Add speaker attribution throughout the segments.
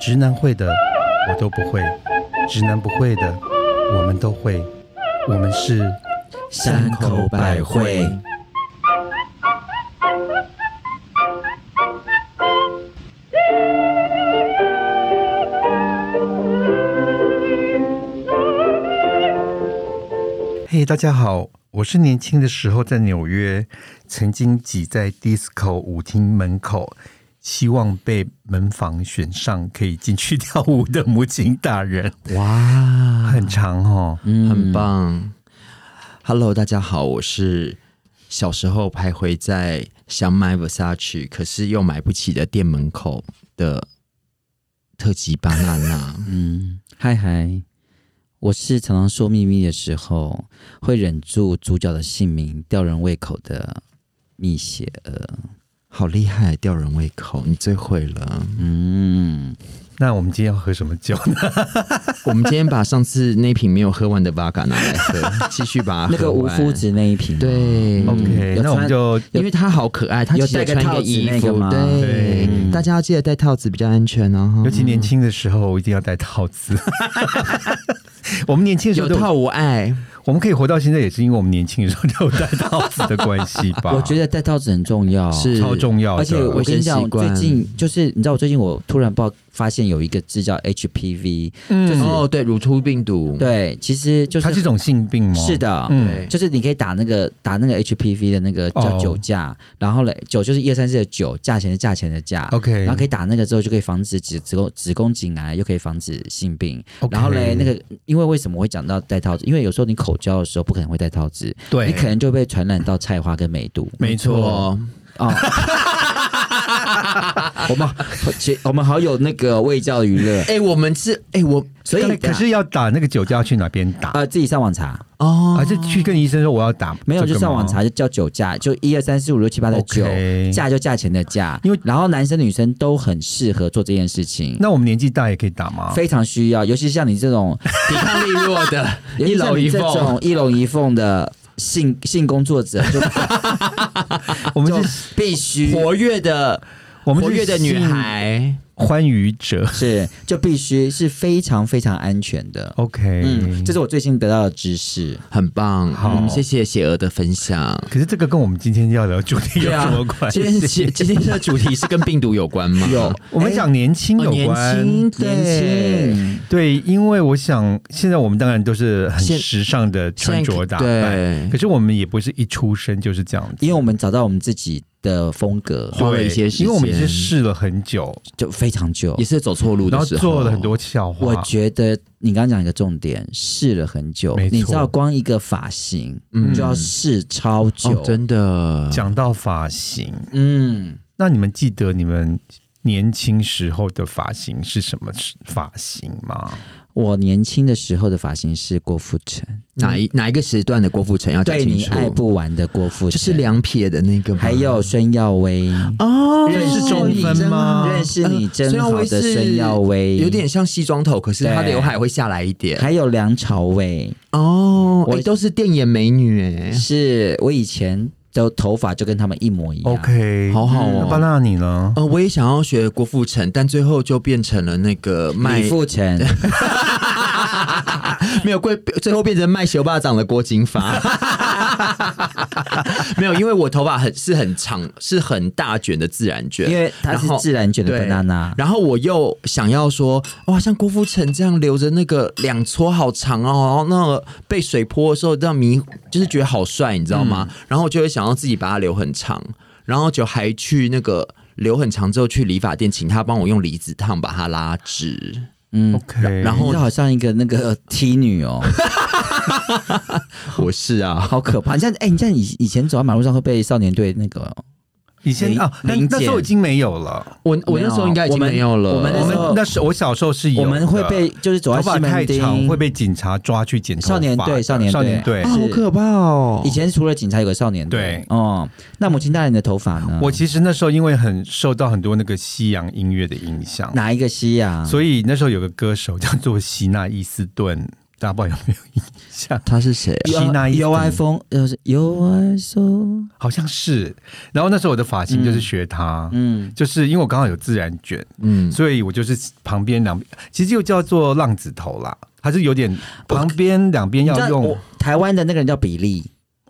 Speaker 1: 直男会的我都不会，直男不会的我们都会，我们是
Speaker 2: 山口百惠。
Speaker 1: 嘿、大家好，我是年轻的时候在纽约，曾经挤在 disco 舞厅门口，希望被门房选上可以进去跳舞的母亲大人，
Speaker 2: 哇，
Speaker 1: 很长哦。
Speaker 2: 嗯，很棒。Hello，大家好，我是小时候徘徊在想买 Versace 可是又买不起的店门口的特级巴娜娜。
Speaker 3: 嗯，嗨嗨，我是常常说秘密的时候会忍住主角的姓名吊人胃口的蜜雪儿。
Speaker 2: 好厉害，吊人胃口，你最会了。
Speaker 3: 嗯，
Speaker 1: 那我们今天要喝什么酒呢？
Speaker 2: 我们今天把上次那瓶没有喝完的 Vaga 拿来 喝，继续把它
Speaker 3: 那个
Speaker 2: 喝
Speaker 3: 无
Speaker 2: 完
Speaker 3: 麸。子那一瓶，
Speaker 2: 对
Speaker 3: 嗯
Speaker 1: OK，
Speaker 3: 有
Speaker 1: 那我们
Speaker 3: 穿
Speaker 1: 就
Speaker 2: 因为它好可爱，它
Speaker 3: 有
Speaker 2: 其实有
Speaker 3: 戴个
Speaker 2: 穿一
Speaker 3: 套
Speaker 2: 个
Speaker 3: 子
Speaker 2: 衣
Speaker 3: 那个
Speaker 2: 服，
Speaker 3: 吗
Speaker 2: 对，
Speaker 1: 对
Speaker 2: 大家要记得戴套子比较安全哦。哈
Speaker 1: 尤其年轻的时候，一定要戴套 子。我们年轻的时
Speaker 2: 有
Speaker 1: 候都
Speaker 2: 套无爱，
Speaker 1: 我们可以活到现在，也是因为我们年轻的时候都有戴套子的关系吧？
Speaker 3: 我觉得戴套子很重要，
Speaker 2: 是
Speaker 1: 超重要的，
Speaker 3: 而且我跟你
Speaker 2: 卫生习
Speaker 3: 讲，最
Speaker 2: 惯
Speaker 3: 近就是你知道，我最近我突然报发现有一个字叫 HPV，、就是、
Speaker 1: 嗯
Speaker 2: 哦，对，乳突病毒，
Speaker 3: 对，其实就是
Speaker 1: 它是一种性病吗？
Speaker 3: 是，的，
Speaker 1: 嗯
Speaker 2: 对，
Speaker 3: 就是你可以打那个打那个 HPV 的那个叫
Speaker 1: 哦
Speaker 3: 酒驾，然后嘞酒就是一二三四的酒，价钱是价钱的价
Speaker 1: OK
Speaker 3: 然后可以打那个之后就可以防止子子宫子宫颈癌，又可以防止性病。
Speaker 1: OK
Speaker 3: 然后嘞那个因为为什么会讲到戴套子？因为有时候你口交的时候不可能会戴套子，
Speaker 1: 对
Speaker 3: 你可能就被传染到菜花跟梅毒。
Speaker 1: 没错。
Speaker 2: 错，
Speaker 3: 哦。我们其我们好有那个卫教娱乐，
Speaker 2: 哎，我们是哎我
Speaker 3: 所以啊
Speaker 1: 但可是要打那个酒就要去哪边打？
Speaker 3: 呃自己上网查。
Speaker 2: 哦
Speaker 1: 还是去跟医生说我要打？
Speaker 3: 没有，就上网查，就叫酒驾，就一二三四五六七八的酒
Speaker 1: OK
Speaker 3: 价就价钱的价，
Speaker 1: 因为
Speaker 3: 然后男生女生都很适合做这件事情，
Speaker 1: 那我们年纪大也可以打吗？
Speaker 3: 非常需要，尤其是像你这种，
Speaker 2: 抵抗力 弱的，
Speaker 3: 尤
Speaker 2: 一
Speaker 3: 其是
Speaker 2: 楼
Speaker 3: 像你
Speaker 2: 一
Speaker 3: 这
Speaker 2: 凤，
Speaker 3: 种一龙一凤的性 性工作者，就
Speaker 1: 我们，
Speaker 3: 就是必 须
Speaker 2: 活跃的
Speaker 1: 我们
Speaker 2: 活
Speaker 1: 是
Speaker 2: 跃的女孩，
Speaker 1: 性欢愉者。
Speaker 3: 是就必须是非常非常安全的。
Speaker 1: OK，
Speaker 3: 嗯，这是我最近得到的知识。
Speaker 2: 很棒，
Speaker 1: 好
Speaker 2: 嗯谢谢雪儿的分享。啊
Speaker 1: 可是这个跟我们今天要聊的主题有
Speaker 3: 啊
Speaker 1: 什么关
Speaker 2: 今
Speaker 1: 系？
Speaker 2: 天今今天的主题是跟病毒有关 吗？有
Speaker 1: 我们讲年轻有
Speaker 2: 年
Speaker 1: 关，
Speaker 2: 轻，
Speaker 3: 哦年
Speaker 2: 对
Speaker 3: 轻，
Speaker 1: 对，因为我想现在我们当然都是很
Speaker 2: 现
Speaker 1: 时尚的穿着打扮，
Speaker 2: 对
Speaker 1: 可，是我们也不是一出生就是这样子。
Speaker 3: 因为我们找到我们自己的风格，
Speaker 2: 花了一些时间
Speaker 1: 因为我们也是试了很久，
Speaker 3: 就非常久
Speaker 2: 也。是走错路
Speaker 1: 然
Speaker 2: 的
Speaker 1: 后
Speaker 2: 时候，
Speaker 1: 做了很多笑话。
Speaker 3: 我觉得你刚刚讲一个重点，试了很久
Speaker 1: 没，错
Speaker 3: 你知道光一个发型，
Speaker 2: 嗯
Speaker 3: 就要试超久，
Speaker 2: 哦，真的，
Speaker 1: 讲到发型，
Speaker 3: 嗯，
Speaker 1: 那你们记得你们年轻时候的发型是什么发型吗？
Speaker 3: 我年轻的时候的发型是郭富城，啊
Speaker 2: 哪一哪一个时段的郭富城要讲
Speaker 3: 对
Speaker 2: 清
Speaker 3: 你
Speaker 2: 楚？
Speaker 3: 爱不完的郭富城，
Speaker 2: 就是两撇的那个吗，
Speaker 3: 还有孙耀威，
Speaker 2: 哦，
Speaker 3: 认识
Speaker 2: 你
Speaker 3: 中
Speaker 1: 分吗
Speaker 3: 啊
Speaker 1: 嗯
Speaker 3: 认识你真好的
Speaker 2: 呃
Speaker 3: 孙耀威
Speaker 2: 有点像西装头，可是他
Speaker 3: 对
Speaker 2: 刘海会下来一点。
Speaker 3: 还有梁朝伟，
Speaker 2: 哦，
Speaker 3: 我
Speaker 2: 哎，都是电眼美女
Speaker 1: 嗯
Speaker 2: 哎，
Speaker 3: 是我以前的头发就跟他们一模一样。
Speaker 1: OK，
Speaker 2: 啊好好
Speaker 1: 那巴
Speaker 2: 哦。
Speaker 1: 纳你呢？
Speaker 2: 呃，我也想要学郭富城，但最后就变成了那个卖
Speaker 3: 李富城，
Speaker 2: 没有贵，最后变成卖球霸掌的郭金发。 没有，因为我头发很是很长，是很大卷的自然卷，
Speaker 3: 因为他
Speaker 2: 然
Speaker 3: 是
Speaker 2: 后
Speaker 3: 自然卷的
Speaker 2: 对
Speaker 3: banana，
Speaker 2: 然后我又想要说，哇，像郭富城这样留着那个两撮好长哦，然后那个被水泼的时候，这样迷，就是觉得好帅，你知道吗？
Speaker 3: 嗯
Speaker 2: 然后我就会想要自己把它留很长，然后就还去那个留很长之后去理发店，请他帮我用离子烫把它拉直。
Speaker 3: 嗯
Speaker 1: OK，
Speaker 2: 然后
Speaker 3: 你好像一个那个 T 女 哦。
Speaker 2: 我是啊，
Speaker 3: 好可怕！你像哎、你像以以前走在马路上会被少年队那个，哦
Speaker 1: 以前
Speaker 3: 零
Speaker 1: 啊，那
Speaker 3: 零
Speaker 1: 那时
Speaker 3: 件
Speaker 1: 候已经没有了。
Speaker 2: 我我那时候应该已经没有了，
Speaker 3: 我们
Speaker 1: 我
Speaker 3: 那时候
Speaker 2: 呃
Speaker 1: 们那时候我小时候是有
Speaker 3: 我
Speaker 1: 的，
Speaker 3: 们会被就是走在
Speaker 1: 头
Speaker 3: 西
Speaker 1: 发太
Speaker 3: 门
Speaker 1: 长
Speaker 3: 町
Speaker 1: 会。被警察抓去剪头发
Speaker 3: 少年队
Speaker 1: 的
Speaker 3: 少年队
Speaker 1: 少年队
Speaker 2: 啊，
Speaker 3: 是
Speaker 2: 好可怕哦！
Speaker 3: 以前除了警察有个少年队
Speaker 1: 对，
Speaker 3: 哦、那母亲大人的头发呢？
Speaker 1: 我其实那时候因为很受到很多那个西洋音乐的影响，
Speaker 3: 哪一个西呀、啊
Speaker 1: 所以那时候有个歌手叫做席纳伊斯顿，大家不知道有没有印象？
Speaker 2: 他是谁啊？
Speaker 1: 希那伊
Speaker 3: 有
Speaker 1: 芙
Speaker 3: 爱风，呃，是有爱说，
Speaker 1: 好像是。然后那时候我的发型就是学他，
Speaker 3: 嗯，
Speaker 1: 就是因为我刚好有自然卷，
Speaker 2: 嗯，
Speaker 1: 所以我就是旁边两，其实又叫做浪子头啦，它是有点旁边两边
Speaker 3: 你知
Speaker 1: 要
Speaker 3: 道
Speaker 1: 用
Speaker 3: 我。台湾的那个人叫比利，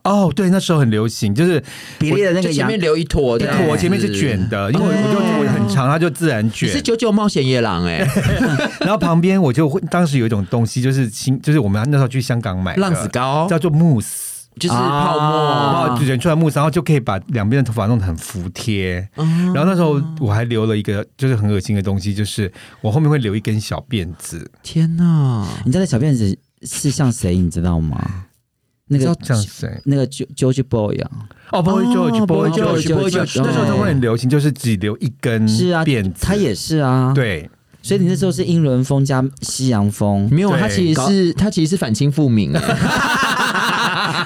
Speaker 1: 哦，对，那时候很流行，就是
Speaker 3: 比利的那
Speaker 2: 就
Speaker 3: 个
Speaker 2: 前
Speaker 3: 羊
Speaker 2: 面，留一坨这样子，
Speaker 3: 对
Speaker 1: 我前面是卷的，因为我
Speaker 3: 哦
Speaker 1: 就我很长，它就自然
Speaker 2: 你
Speaker 1: 卷
Speaker 2: 是。九九冒险野狼哎，
Speaker 1: 然后旁边我就会，当时有一种东西，就是新，就是我们那时候去香港买的
Speaker 2: 浪子啊膏
Speaker 1: 叫做慕斯，
Speaker 2: 就是
Speaker 3: 啊
Speaker 2: 泡沫，
Speaker 1: 然后卷出来慕斯，然后就可以把两边的头发弄得很服帖。
Speaker 3: 啊
Speaker 1: 然后那时候我还留了一个就是很恶心的东西，就是我后面会留一根小辫子，
Speaker 2: 天哪！
Speaker 3: 你知道那小辫子是像谁，你知道吗？那个
Speaker 1: 像谁？
Speaker 3: 那个 Jo- George Boy 啊，
Speaker 1: 哦，Boy George，Boy
Speaker 2: Boy
Speaker 1: George，Boy
Speaker 2: George，
Speaker 1: George，
Speaker 2: Boy
Speaker 1: 那时候都会很流行，就是只留一根
Speaker 2: 嗯
Speaker 3: 是啊
Speaker 1: 辫子，
Speaker 3: 他也嗯是啊，，
Speaker 1: 对，
Speaker 3: 所以你那时候是英伦风加西洋风，
Speaker 2: 没有，
Speaker 1: 对
Speaker 2: 啊他其实是他其实是反清复明哎，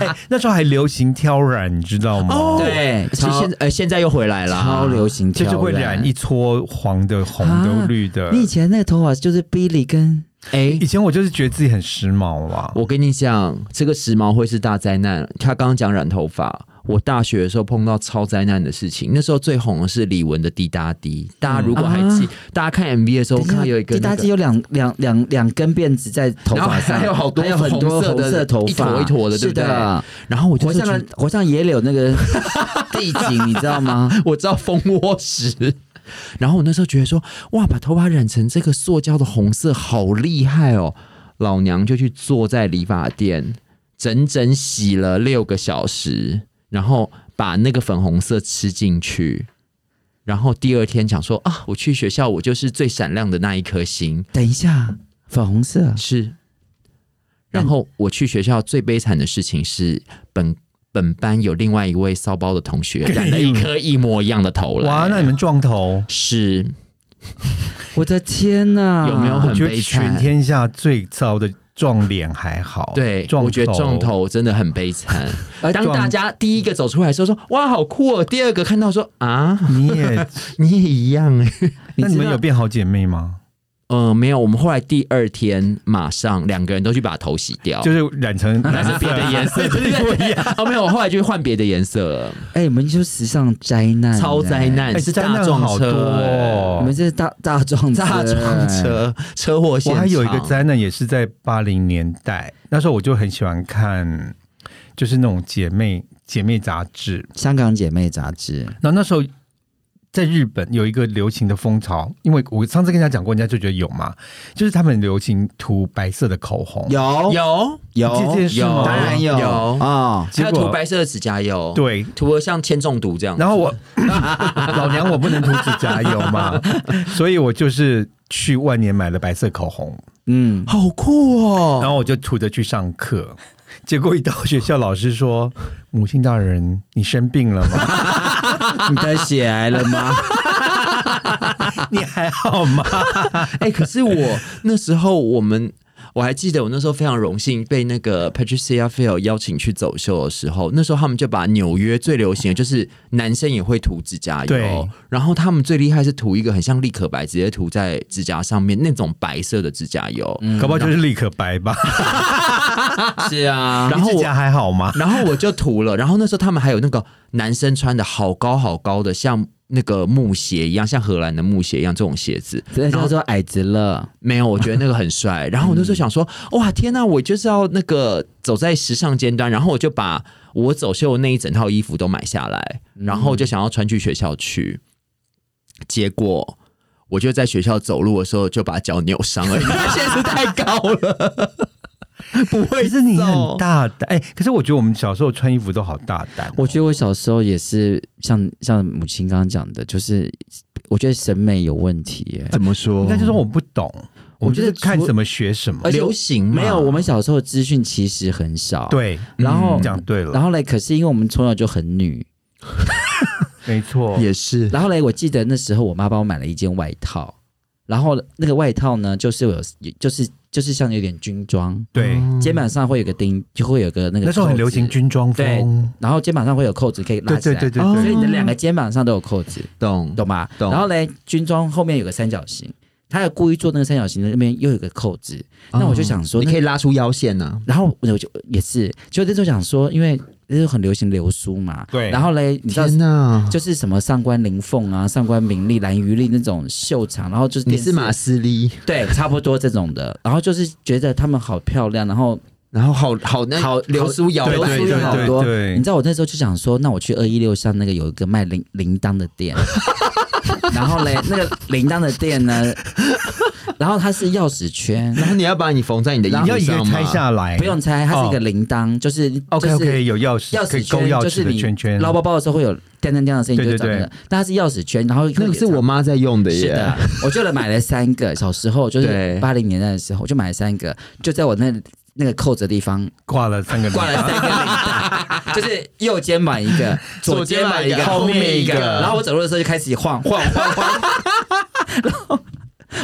Speaker 1: 哎那时候还流行挑染，你知道吗？
Speaker 3: 哦
Speaker 2: 对，其实
Speaker 3: 超
Speaker 2: 现呃现在又回来了，
Speaker 3: 超流行
Speaker 1: 就
Speaker 3: 挑
Speaker 1: 是会染一撮黄的、红的、
Speaker 3: 啊
Speaker 1: 绿的。
Speaker 3: 你以前那个头发就是 Billy 跟
Speaker 2: 哎
Speaker 1: 以。前我就是觉得自己很时髦啦，
Speaker 2: 我跟你讲，这个时髦会是大灾难。他刚刚讲染头发，我大学的时候碰到超灾难的事情。那时候最红的是李玟的《滴答滴》，大家如果还记，大家看 MV 的时候，我
Speaker 3: 等一下
Speaker 2: 看到有一个、
Speaker 3: 啊滴
Speaker 2: 那
Speaker 3: 答
Speaker 2: 个
Speaker 3: 机有两两两两根辫子在头
Speaker 2: 然后
Speaker 3: 发上，
Speaker 2: 还有好多
Speaker 3: 还有很
Speaker 2: 红
Speaker 3: 多
Speaker 2: 色的
Speaker 3: 红色头
Speaker 2: 一
Speaker 3: 发，
Speaker 2: 坨一坨的对
Speaker 3: 是
Speaker 2: 不对
Speaker 3: 的。
Speaker 2: 然后我就
Speaker 3: 火
Speaker 2: 是
Speaker 3: 上
Speaker 2: 觉
Speaker 3: 的
Speaker 2: 得
Speaker 3: 火上野柳 那个地景，你知道吗？
Speaker 2: 我知道蜂窝石。然后我那时候觉得说，哇，把头发染成这个塑胶的红色，好厉害哦！老娘就去坐在理发店，整整洗了六个小时，然后把那个粉红色吃进去。然后第二天想说啊，我去学校，我就是最闪亮的那一颗星。
Speaker 3: 等一下，粉红色
Speaker 2: 是。然后我去学校最悲惨的事情是本。本班有另外一位骚包的同学染了一颗一模一样的头来，
Speaker 1: 哇，那你们撞头，
Speaker 2: 是
Speaker 3: 我的天呐！
Speaker 2: 有没有很
Speaker 1: 我觉得
Speaker 2: 悲
Speaker 1: 全
Speaker 2: 惨
Speaker 1: 天下最糟的撞脸还好，
Speaker 2: 对，
Speaker 1: 哦撞哎
Speaker 2: 我觉得撞头真的很悲惨。
Speaker 3: 而
Speaker 2: 当
Speaker 1: 撞
Speaker 2: 大家第一个走出来的时候说“哇，好酷哦”，第二个看到说“啊，
Speaker 1: 你也，
Speaker 2: 你也一样哎
Speaker 3: 你
Speaker 1: 那你
Speaker 3: 知
Speaker 1: 们
Speaker 3: 道
Speaker 1: 有变好姐妹吗？”。
Speaker 2: 呃，没有，我们后来第二天马上两个人都去把头洗掉，
Speaker 1: 就是染成
Speaker 2: 但是别的颜 色
Speaker 1: 就是一模一样。
Speaker 2: 哦，没有，我后来就换别的颜色了，
Speaker 3: 哎，你们就是时尚灾难，
Speaker 2: 超灾难，
Speaker 1: 哎
Speaker 2: 是
Speaker 1: 灾
Speaker 2: 大
Speaker 1: 难
Speaker 2: 撞
Speaker 1: 好
Speaker 2: 车
Speaker 1: 多
Speaker 2: 哎
Speaker 1: 哦嗯
Speaker 3: 你们这是大大撞车
Speaker 2: 大撞，车，车祸现
Speaker 1: 我
Speaker 2: 场。
Speaker 1: 还有一个灾难，也是在八零年代，那时候我就很喜欢看，就是那种姐妹姐妹杂志。
Speaker 3: 香港姐妹杂志，
Speaker 1: 然后那时候在日本有一个流行的风潮，因为我上次跟人家讲过，人家就觉得有嘛，就是他们流行涂白色的口红，
Speaker 3: 有
Speaker 2: 有
Speaker 3: 有
Speaker 1: 这件事哦吗
Speaker 3: 当然有
Speaker 2: 有
Speaker 3: 啊，
Speaker 2: 还
Speaker 1: 结
Speaker 2: 有
Speaker 1: 果
Speaker 2: 涂白色的指甲油，，
Speaker 1: 对。
Speaker 2: 涂了像铅中毒这样。
Speaker 1: 然后我 老娘我不能涂指甲油 嘛，所以我就是去万年买了白色口红，
Speaker 3: 嗯，
Speaker 2: 好酷
Speaker 1: 然
Speaker 2: 哦！
Speaker 1: 后我就涂着去上课。结果一到学校，老师说：“母亲大人，你生病了吗？
Speaker 3: 你的血来了吗？
Speaker 1: 你还好吗
Speaker 2: 哎、可是我那时候我们。我还记得我那时候非常荣幸被那个 Patricia Field 邀请去走秀的时候，那时候他们就把纽约最流行的就是男生也会涂指甲
Speaker 1: 对
Speaker 2: 油，然后他们最厉害是涂一个很像立可白，直接涂在指甲上面那种白色的指甲油。？”
Speaker 1: 嗯搞不好就是立可白吧。
Speaker 2: 是 啊，然
Speaker 1: 你
Speaker 2: 后
Speaker 1: 指
Speaker 2: 我
Speaker 1: 甲还好 吗？
Speaker 2: 然后我就涂了，然后那时候他们还有那个男生穿的好高好高的，像那个木鞋一样，像荷兰的木鞋一样这种鞋子。
Speaker 3: 这叫做矮子乐，
Speaker 2: 没有，我觉得那个很帅。然后我那时候想说，哇，天呐，我就是要那个走在时尚尖端。然后我就把我走秀的那一整套衣服都买下来，然后就想要穿去学校去。结果我就在学校走路的时候就把脚扭伤了，因为 鞋子太高了，不会
Speaker 1: 可是你
Speaker 2: 走
Speaker 1: 很大胆哎、可是我觉得我们小时候穿衣服都好大胆哦、
Speaker 3: 我觉得我小时候也是像像母亲刚刚讲的，就是我觉得审美有问题耶。
Speaker 2: 怎么说
Speaker 1: 应该就是说我不懂，我们
Speaker 3: 觉得
Speaker 1: 就是看
Speaker 3: 除
Speaker 1: 什么学什么
Speaker 3: 而。且
Speaker 2: 流行嘛
Speaker 3: 没有，我们小时候的资讯其实很少，，
Speaker 1: 对，
Speaker 3: 然后
Speaker 1: 嗯讲对了，
Speaker 3: 然后嘞，可是因为我们从小就很女，
Speaker 1: 没错，
Speaker 2: 也是
Speaker 3: 然后嘞，我记得那时候我妈帮我买了一件外套，然后那个外套呢，就是有就是就是像有点军装，
Speaker 1: 对。
Speaker 2: 嗯
Speaker 3: 肩膀上会有个钉，就会有个那个
Speaker 1: 那时候很流行
Speaker 3: 扣子，
Speaker 1: 军装风，
Speaker 3: 然后肩膀上会有扣子可以
Speaker 1: 对
Speaker 3: 拉起
Speaker 1: 对
Speaker 3: 来，
Speaker 1: 对对
Speaker 2: 哦
Speaker 3: 啊所
Speaker 1: 对，
Speaker 3: 以你的两个肩膀上都有扣子，
Speaker 2: 懂
Speaker 3: 懂吗？
Speaker 2: 懂
Speaker 3: 然后嘞，军装后面有个三角形，他有故意做那个三角形的那边又有一个扣子，
Speaker 1: 哦
Speaker 3: 那我就想说，
Speaker 2: 你
Speaker 3: 那
Speaker 2: 可以拉出腰线啊呐、
Speaker 3: 然后我就也是，就那时候想说，因为那时候很流行流苏嘛，
Speaker 1: 对
Speaker 3: 然后嘞，你知道
Speaker 2: 天哪！
Speaker 3: 就是什么上官灵凤啊、上官明丽、蓝鱼丽那种秀场，然后就是
Speaker 2: 你
Speaker 3: 电视
Speaker 2: 是马斯利，
Speaker 3: 对，差不多这种的，然后就是觉得她们好漂亮，然后
Speaker 2: 然后好好那
Speaker 3: 好
Speaker 2: 流苏摇
Speaker 3: 好
Speaker 1: 对
Speaker 2: 摆
Speaker 1: 对
Speaker 3: 流苏有
Speaker 1: 对
Speaker 3: 好
Speaker 1: 对
Speaker 3: 多
Speaker 1: 对
Speaker 3: 你知道我那时候就想说，那我去二一六巷那个有一个卖铃铃铛的 店，然后嘞，那个铃铛的店呢，然后它是钥匙圈，
Speaker 2: 然后你要把你缝在你的衣
Speaker 1: 你要
Speaker 2: 服
Speaker 1: 一个
Speaker 2: 上吗
Speaker 1: 拆？下来，
Speaker 3: 不用猜，它是一个
Speaker 1: 哦
Speaker 3: 铃铛，就是就
Speaker 1: OK
Speaker 3: 是
Speaker 1: OK，有钥
Speaker 3: 钥
Speaker 1: 匙可
Speaker 3: 匙
Speaker 1: 以勾
Speaker 3: 圈
Speaker 1: 钥
Speaker 3: 就
Speaker 1: 匙
Speaker 3: 是
Speaker 1: 的
Speaker 3: 你
Speaker 1: 圈圈，
Speaker 3: 捞包包的时候会有叮叮叮的声音，
Speaker 1: 对
Speaker 3: 就
Speaker 1: 对
Speaker 3: 是转那
Speaker 1: 对
Speaker 3: 个，但它是钥匙圈，然后
Speaker 2: 那个是我妈在用的
Speaker 3: 是的
Speaker 2: 耶，，哎
Speaker 3: 我就买了三个。小时候就是
Speaker 2: 对
Speaker 3: 八零年代的时候，我就买了三个，就在我那那个扣子的地方
Speaker 1: 挂了三个
Speaker 3: 挂了
Speaker 1: 铃铛
Speaker 3: 三个铃铛，就是右肩膀一个，
Speaker 2: 左肩膀一个
Speaker 3: 后
Speaker 2: 后面
Speaker 3: 一
Speaker 2: 一个
Speaker 3: 然后我走路的时候就开始晃晃晃晃，然后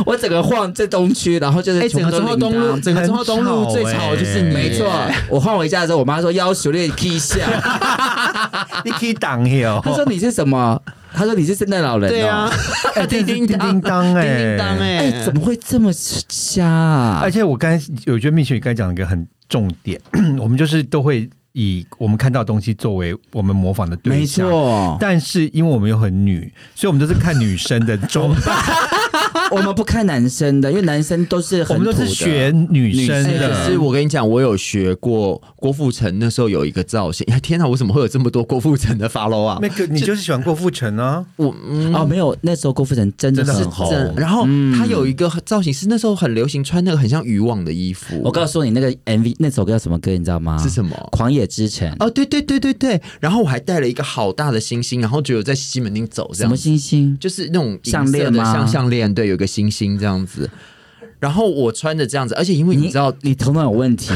Speaker 3: 我整个晃在东区，然后就是
Speaker 2: 哎，整个
Speaker 3: 全
Speaker 2: 中
Speaker 3: 部
Speaker 2: 华
Speaker 3: 都
Speaker 2: 东
Speaker 3: 铃铛
Speaker 2: 路，整个中华东
Speaker 1: 很
Speaker 2: 路
Speaker 1: 吵
Speaker 2: 最吵的就是你，
Speaker 1: 哎
Speaker 3: 没错，我晃回家的时候，我妈说要求练 K 笑，
Speaker 1: 你可以挡哟。
Speaker 3: 她说你是什么？她说你是圣诞老人、哦，
Speaker 2: 对啊，，
Speaker 1: 哎，叮叮叮叮当，哎，
Speaker 2: 叮叮当，
Speaker 3: 哎、
Speaker 2: 哎，
Speaker 3: 怎么会这么瞎、啊？
Speaker 1: 而且我刚才我觉得蜜雪你刚才讲了一个很重点， 我们就是都会以我们看到的东西作为我们模仿的对
Speaker 3: 没
Speaker 1: 象。
Speaker 3: 错，
Speaker 1: 但是因为我们又很女，所以我们都是看女生的装扮，
Speaker 3: 我们不看男生的，因为男生都是
Speaker 1: 我
Speaker 3: 很
Speaker 1: 们都
Speaker 3: 土
Speaker 1: 是
Speaker 3: 的
Speaker 1: 学女生
Speaker 2: 哎可是
Speaker 1: 的。
Speaker 2: 我跟你讲，我有学过郭富城，那时候有一个造型。哎，天哪，我怎么会有这么多郭富城的 follow 啊
Speaker 1: 那？个你就是喜欢郭富城啊，
Speaker 2: 我嗯。
Speaker 3: 哦，没有，那时候郭富城真的
Speaker 1: 真的
Speaker 3: 是
Speaker 1: 很红
Speaker 3: 真
Speaker 2: 然后
Speaker 3: 嗯
Speaker 2: 他有一个造型是那时候很流行穿那个很像渔网的衣服，
Speaker 3: 我告诉你，那个 MV 那首歌叫什么歌，你知道吗？
Speaker 2: 是什
Speaker 3: 《
Speaker 2: 么？
Speaker 3: 狂野之城》
Speaker 2: 哦，对对对对对。然后我还带了一个好大的星星，然后只有在西门町走这
Speaker 3: 什么
Speaker 2: 样子，
Speaker 3: 星星？
Speaker 2: 就是那种银色
Speaker 3: 项链
Speaker 2: 的
Speaker 3: 吗
Speaker 2: 像项链，对，有个星星这样子。然后我穿着这样子，而且因为你知道
Speaker 3: 你头脑有问 题，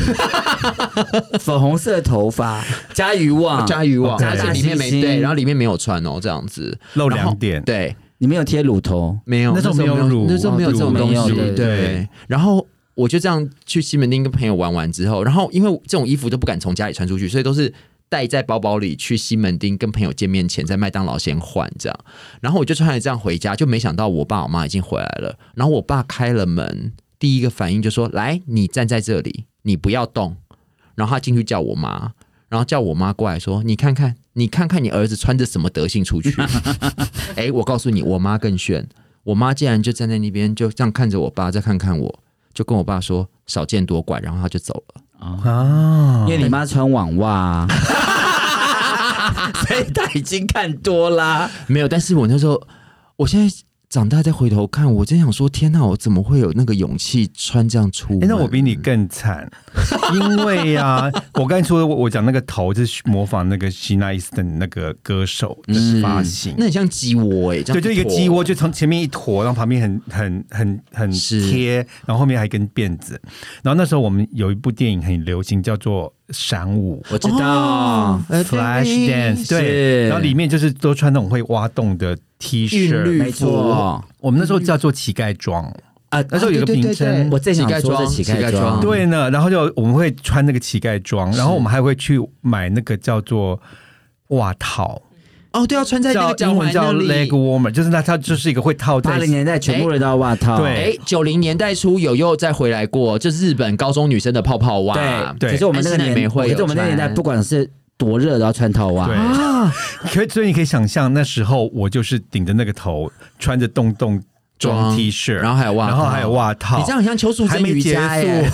Speaker 3: 粉红色的头发，加渔网，
Speaker 2: 哦加渔网，
Speaker 1: 对
Speaker 2: 而且里面没
Speaker 3: 星星
Speaker 2: 对，然后里面没有穿哦，这样子
Speaker 1: 露
Speaker 2: 然后
Speaker 1: 两点
Speaker 2: 对，
Speaker 3: 你没有贴乳头，
Speaker 2: 没有，
Speaker 1: 那时候没有乳
Speaker 2: 那时候没有这种
Speaker 1: 乳
Speaker 2: 东
Speaker 1: 没
Speaker 2: 西
Speaker 1: 有，对
Speaker 2: 对。然后我就这样去西门町跟朋友玩完之后，然后因为这种衣服都不敢从家里穿出去，所以都是。带在包包里去西门町跟朋友见面前，在麦当劳先换这样，然后我就穿着这样回家，就没想到我爸我妈已经回来了。然后我爸开了门，第一个反应就说：“来，你站在这里，你不要动。”然后他进去叫我妈，然后叫我妈过来说：“你看看，你看看你儿子穿着什么德性出 去。” 哎，我告诉你，我妈更炫，我妈竟然就站在那边，就这样看着我爸，再看看我，就跟我爸说少见多怪，然后他就走了。
Speaker 1: 啊
Speaker 3: 因，为你妈穿网 袜啊，所以她已经看多啦。
Speaker 2: 没有，但是我那时候，我现在长大再回头看，我真想说，天哪，我怎么会有那个勇气穿这样出门？
Speaker 1: 哎那我比你更惨，
Speaker 2: 嗯
Speaker 1: 因为呀、我刚才说我我讲那个头就是模仿那个 Sheena Easton 那个歌手的发型，
Speaker 2: 嗯那很像鸡窝哎，这
Speaker 1: 对，就
Speaker 2: 样
Speaker 1: 一个
Speaker 2: 坨
Speaker 1: 鸡。窝，就从前面一坨，然后旁边很很很很
Speaker 2: 是
Speaker 1: 贴，然后后面还一根辫子。然后那时候我们有一部电影很流行，叫做《闪舞
Speaker 3: 我知道，
Speaker 2: 呃
Speaker 1: Flash Dance》，
Speaker 3: 是
Speaker 1: 对，然后里面就是都穿那种会挖洞的 T
Speaker 2: 韵律
Speaker 1: 恤，
Speaker 3: 没错。
Speaker 1: 我们那时候叫做乞丐装。
Speaker 3: 啊
Speaker 1: 那时候有一个
Speaker 2: 对对
Speaker 1: 名
Speaker 2: 对
Speaker 1: 称
Speaker 2: 对，
Speaker 3: 我最想说的乞
Speaker 2: 乞
Speaker 3: 丐
Speaker 2: 嗯丐装嗯
Speaker 3: 装，
Speaker 1: 对呢，然后就我们会穿那个乞丐装，然后我们还会去买那个叫做袜套，
Speaker 2: 哦，对啊，穿在那
Speaker 1: 叫
Speaker 2: 个脚
Speaker 1: 英文
Speaker 2: 踝
Speaker 1: 叫
Speaker 2: 那
Speaker 1: leg
Speaker 2: 里。
Speaker 1: warmer，就是那它就是一个会套
Speaker 3: 八
Speaker 1: 在
Speaker 3: 零年代全部人都要袜套，
Speaker 1: 对
Speaker 2: 哎，九零年代初有又再回来过，就日本高中女生的泡泡袜。
Speaker 1: 对
Speaker 3: 可是我们那个
Speaker 2: 安室奈美
Speaker 3: 年，
Speaker 2: 惠有
Speaker 3: 可是我们那个年代
Speaker 2: 穿
Speaker 3: 不管是多热都要穿套袜，
Speaker 1: 对
Speaker 2: 啊，
Speaker 1: 可以所以你可以想象，那时候我就是顶着那个头，穿着洞洞装
Speaker 2: 装
Speaker 1: T 恤，
Speaker 2: 然后还有袜
Speaker 1: 然
Speaker 2: 套
Speaker 1: 后还有袜套，
Speaker 2: 你这样很像邱淑
Speaker 1: 还
Speaker 2: 贞
Speaker 1: 没
Speaker 2: 瑜
Speaker 1: 结束，
Speaker 2: 伽哎。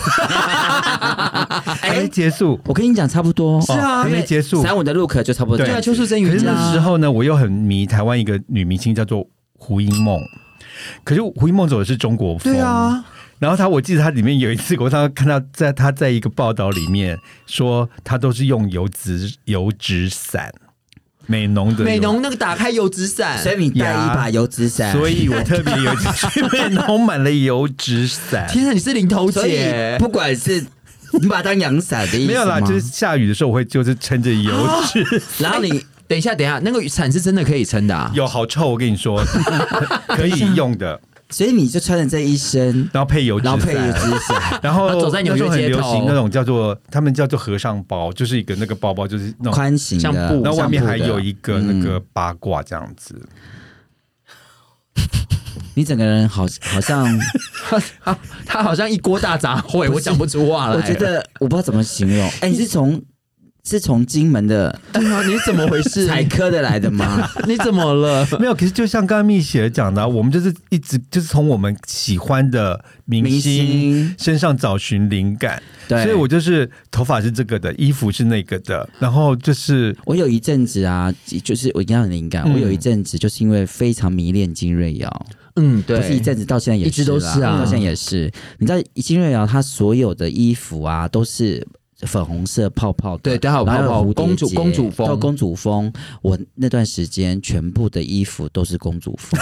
Speaker 1: 还没结束，
Speaker 3: 我跟你讲，差不多
Speaker 1: 是啊还没结束
Speaker 3: 三五的 look 就差不多这
Speaker 1: 对
Speaker 2: 对
Speaker 3: 样
Speaker 2: 啊，。邱淑贞
Speaker 1: 可
Speaker 2: 瑜
Speaker 1: 是
Speaker 2: 伽
Speaker 1: 那
Speaker 2: 啊。
Speaker 1: 时候呢，我又很迷台湾一个女明星叫做胡因梦，可是胡因梦走的是中国风，
Speaker 2: 对啊，
Speaker 1: 然后他，我记得他里面有一次，我当时看到在他在一个报道里面说，他都是用油纸油纸伞，美浓的油
Speaker 2: 美浓那个打开油纸伞，
Speaker 3: 所以你带一把油纸伞，
Speaker 1: 所以我特别有一次去美浓买了油纸伞。
Speaker 2: 天啊，你是零头
Speaker 3: 所以
Speaker 2: 姐，
Speaker 3: 不管是你把它当阳伞的意思
Speaker 1: 没有啦，
Speaker 3: 吗
Speaker 1: 就是下雨的时候，我会就是撑着油纸，
Speaker 2: 然后你等一下，等一下，那个伞是真的可以撑的啊。
Speaker 1: 有好臭，我跟你 说，可以用的，
Speaker 3: 所以你就穿着这一身，
Speaker 1: 然后配油纸
Speaker 3: 然后配油
Speaker 1: 伞。，
Speaker 3: 纸 伞
Speaker 1: 然后
Speaker 2: 然后走在纽
Speaker 1: 那
Speaker 2: 约
Speaker 1: 时候很
Speaker 2: 街
Speaker 1: 流
Speaker 2: 头
Speaker 1: 行那种叫做他们叫做和尚包，就是一个那个包包，就是那种
Speaker 3: 宽型
Speaker 2: 像布
Speaker 3: 的，嗯
Speaker 1: 然后外面还
Speaker 2: 上铺的
Speaker 1: 有一个那个八卦这样子。
Speaker 3: 你整个人好 好像，
Speaker 2: 他他好像一锅大杂烩，我讲不出话来。
Speaker 3: 我觉得我不知道怎么形容。哎，你是从是从金门的
Speaker 2: 对啊，你怎么回 事？
Speaker 3: 采科的来的吗？
Speaker 2: 你怎么了？
Speaker 1: 没有，可是就像刚刚蜜雪儿讲的啊、我们就是一直就是从我们喜欢的明
Speaker 3: 明
Speaker 1: 星
Speaker 3: 星
Speaker 1: 身上找寻灵感，
Speaker 3: 对，
Speaker 1: 所以我就是头发是这个的，衣服是那个的，然后就是
Speaker 3: 我有一阵子啊，就是我一样很灵感。
Speaker 1: 嗯
Speaker 3: 我有一阵子就是因为非常迷恋金瑞瑶，
Speaker 2: 嗯，对，
Speaker 3: 不是一阵子，到现在也
Speaker 2: 一直都
Speaker 3: 啦
Speaker 2: 是啊
Speaker 3: 到现在也是。你知道金瑞瑶她所有的衣服啊，都是粉红色泡泡的，
Speaker 2: 对对还有
Speaker 3: 然后
Speaker 2: 泡泡
Speaker 3: 蝴蝶
Speaker 2: 公主
Speaker 3: 结
Speaker 2: 公主风
Speaker 3: 到公主风。我那段时间全部的衣服都是公 主风，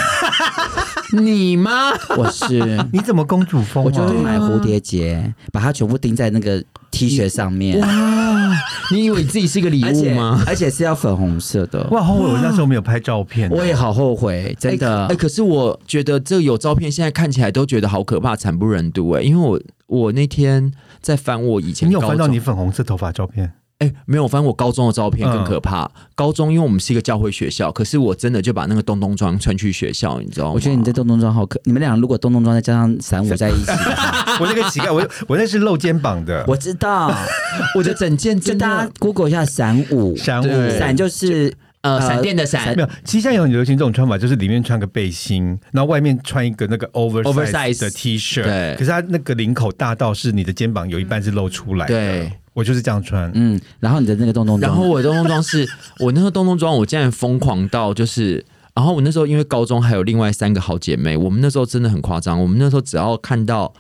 Speaker 2: 你吗？
Speaker 3: 我是。
Speaker 1: 你怎么公主风、啊？
Speaker 3: 我就会买蝴蝶结，把它全部钉在那个 T 恤上面，
Speaker 2: 你以为你自己是一个礼
Speaker 3: 而
Speaker 2: 物
Speaker 3: 且
Speaker 2: 吗？
Speaker 3: 而且是要粉红色的。
Speaker 1: 哇，后悔我那时候没有拍照片，
Speaker 3: 我也好后悔，真的。
Speaker 2: 哎、可是我觉得这有照片，现在看起来都觉得好可怕，惨不忍睹哎、因为我我那天在翻我以前
Speaker 1: 你有
Speaker 2: 高
Speaker 1: 翻到
Speaker 2: 中
Speaker 1: 你粉红色头发照片？
Speaker 2: 哎、没有，反正我高中的照片
Speaker 1: 嗯
Speaker 2: 更可怕。高中因为我们是一个教会学校，可是我真的就把那个洞洞装穿去学校，你知道吗？
Speaker 3: 我觉得你这洞洞装好可，你们俩如果洞洞装再加上散舞在一起，
Speaker 1: 我那个乞丐，我我那是露肩膀的，
Speaker 3: 我知道，
Speaker 2: 我的整件
Speaker 3: 就
Speaker 2: 真
Speaker 3: 大
Speaker 2: 的
Speaker 3: 家 Google 一下散舞，
Speaker 1: 闪舞
Speaker 2: 对
Speaker 3: 散就是
Speaker 2: 呃闪电的
Speaker 3: 闪
Speaker 2: 闪
Speaker 1: 没有，其实现在有很流行这种穿法，就是里面穿个背心，然后外面穿一个那个 oversize
Speaker 2: Oversize
Speaker 1: 的 T 恤，
Speaker 2: 对
Speaker 1: 可是它那个领口大到是你的肩膀有一半是露出来的，
Speaker 2: 对。
Speaker 1: 我就是这样穿。
Speaker 3: 嗯，然后你的那个洞洞装，
Speaker 2: 然后我的洞洞装是 我那个洞洞装，我竟然疯狂到就是。然后我那时候因为高中还有另外三个好姐妹，我们那时候真的很夸张。我们那时候只要看到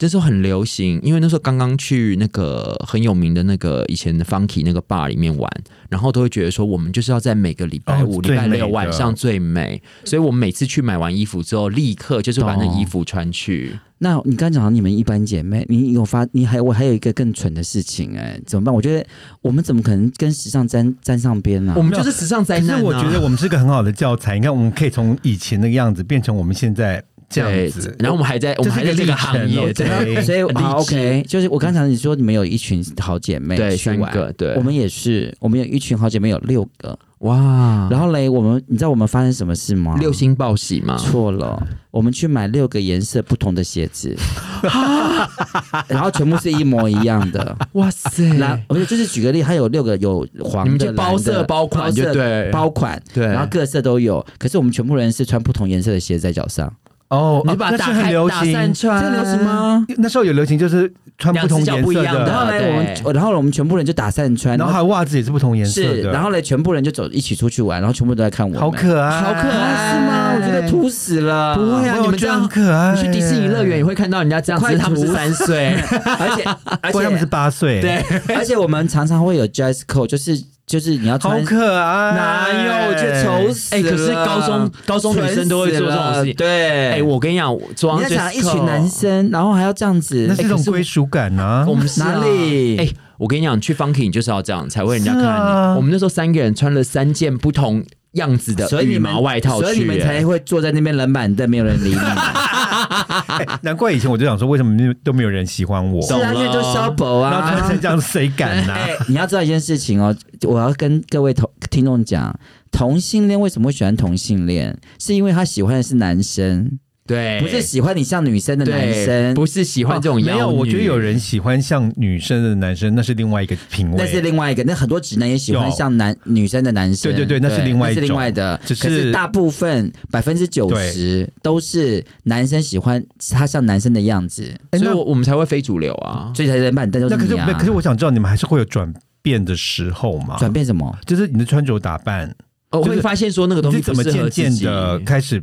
Speaker 2: 那时候很流行，因为那时候刚刚去那个很有名的那个以前的 Funky 那个 bar 里面玩，然后都会觉得说我们就是要在每个礼拜五、
Speaker 1: 哦
Speaker 2: 礼拜
Speaker 1: 最美的
Speaker 2: 六晚上最美。所以我们每次去买完衣服之后，立刻就是把那
Speaker 3: 懂
Speaker 2: 衣服穿去。
Speaker 1: 哦
Speaker 3: 那你刚刚讲到你们一般姐妹，你有发，你还我还有一个更蠢的事情哎、怎么办？我觉得我们怎么可能跟时尚沾沾上边呢、
Speaker 2: 我们就是时尚灾
Speaker 1: 可
Speaker 2: 难、啊。
Speaker 1: 是我觉得我们是个很好的教材，你看我们可以从以前那个样子变成我们现在这样
Speaker 2: 对
Speaker 1: 子，，
Speaker 2: 然后我们还在我们还在这个行业，
Speaker 1: 这是一个历程 OK
Speaker 3: 所以好
Speaker 2: 很励志
Speaker 3: OK，就是我刚才你说你们有一群好姐妹
Speaker 2: 对
Speaker 3: 去玩
Speaker 2: 三个对
Speaker 3: 我们也是，我们有一群好姐妹有六个，
Speaker 2: 哇，
Speaker 3: 然后嘞，我们你知道我们发生什么事吗？
Speaker 2: 六星报喜嘛，
Speaker 3: 错了，我们去买六个颜色不同的鞋子，
Speaker 2: 啊
Speaker 3: 然后全部是一模一样 的。
Speaker 2: 哇塞，
Speaker 3: 那我们就是举个例，它有六个有黄
Speaker 2: 哎你
Speaker 3: 的、
Speaker 2: 们就包色
Speaker 3: 蓝的
Speaker 2: 包款就
Speaker 3: 包色
Speaker 2: 对
Speaker 3: 包款
Speaker 2: 对
Speaker 3: 然后各色都有。可是我们全部人是穿不同颜色的鞋子在脚上，
Speaker 1: 哦，
Speaker 2: 你就把
Speaker 1: 啊
Speaker 2: 它
Speaker 1: 那
Speaker 2: 打
Speaker 1: 是
Speaker 2: 开
Speaker 1: 很流
Speaker 2: 打散
Speaker 1: 行，
Speaker 2: 穿，啊
Speaker 3: 这流行？吗？
Speaker 1: 那时候有流行就是穿不同颜
Speaker 2: 两只脚不一
Speaker 1: 色
Speaker 2: 样
Speaker 3: 然后
Speaker 2: 的
Speaker 3: 呢，
Speaker 2: 啊对
Speaker 3: 我们然后我们全部人就打散穿，
Speaker 1: 然后还有袜子也是不同颜色
Speaker 3: 是，
Speaker 1: 的，
Speaker 3: 然后嘞，全部人就走一起出去玩，然后全部都在看我们，
Speaker 1: 好可爱，
Speaker 2: 好可爱
Speaker 3: 是吗？我觉得土死了，
Speaker 2: 不会啊，
Speaker 1: 我
Speaker 2: 你们
Speaker 1: 觉
Speaker 2: 这
Speaker 1: 得很
Speaker 2: 样，
Speaker 1: 可爱，
Speaker 2: 你去迪士尼乐园也会看到人家这样，只
Speaker 3: 快
Speaker 2: 是他们
Speaker 3: 吐
Speaker 2: 是三 岁，
Speaker 3: 而且而
Speaker 1: 不过他们是
Speaker 3: 且
Speaker 1: 八岁，
Speaker 2: 对，
Speaker 3: 而且我们常常会有 dress code，就是就是你要
Speaker 1: 好
Speaker 2: 啊
Speaker 3: 穿。
Speaker 1: 可爱，
Speaker 3: 哪有？我觉得丑死了！
Speaker 2: 哎可是高中高中女生都会做这种事情
Speaker 3: 蠢死了对，
Speaker 2: 哎，我跟你讲，我昨
Speaker 3: 你
Speaker 2: 晚
Speaker 3: 在想一群男，生，然后还要这样子，
Speaker 1: 那是一
Speaker 3: 哎
Speaker 1: 种归属感啊
Speaker 2: 我。们是啊
Speaker 3: 哪里
Speaker 2: 哎。我跟你讲，去 Funky 你就是要这样才会人家看
Speaker 1: 是
Speaker 2: 到
Speaker 1: 啊
Speaker 2: 你。我们那时候三个人穿了三件不同样子的
Speaker 3: 所以
Speaker 2: 羽
Speaker 3: 你们
Speaker 2: 毛外套去，
Speaker 3: 所以你们
Speaker 2: 哎
Speaker 3: 才会坐在那边冷板凳，没有人理你。是
Speaker 1: 哎难怪以前我就想说，为什么没有都没有人喜欢我？
Speaker 2: 懂
Speaker 3: 啊，
Speaker 2: 了
Speaker 3: 因为都消薄
Speaker 1: 然后穿
Speaker 3: 啊
Speaker 1: 成。这样，啊谁敢呐？
Speaker 3: 哎你要知道一件事情哦，我要跟各位同听众讲，同性恋为什么会喜欢同性恋？是因为他喜欢的是男生，
Speaker 2: 对，
Speaker 3: 不是喜欢你像女生的男
Speaker 2: 对，
Speaker 3: 生，
Speaker 2: 不是喜欢这种妖
Speaker 1: 哦没有，我觉得
Speaker 2: 女
Speaker 1: 有人喜欢像女生的男生，那是另外一个品味。
Speaker 3: 那是另外一个。那很多直男也喜欢
Speaker 1: 有
Speaker 3: 像男女生的男生，
Speaker 1: 对对对那是另外一
Speaker 3: 那是另
Speaker 1: 种
Speaker 3: 外的。
Speaker 1: 只
Speaker 3: 可是
Speaker 1: 是
Speaker 3: 大部分百分之九十都是男生喜欢他像男生的样子，
Speaker 1: 哎
Speaker 2: 所以
Speaker 1: 那
Speaker 2: 我我们才会非主流啊。
Speaker 3: 所以才人板凳就
Speaker 1: 那可
Speaker 3: 是
Speaker 1: 是
Speaker 3: 你啊。
Speaker 1: 可是我想知道，你们还是会有转变的时候嘛？
Speaker 3: 转变什么？
Speaker 1: 就是你的穿着打扮，
Speaker 2: 我
Speaker 1: 就是
Speaker 2: 哦会发现说那个东
Speaker 1: 你
Speaker 2: 西
Speaker 1: 是怎么
Speaker 2: 不适合
Speaker 1: 渐渐
Speaker 2: 自己
Speaker 1: 的开始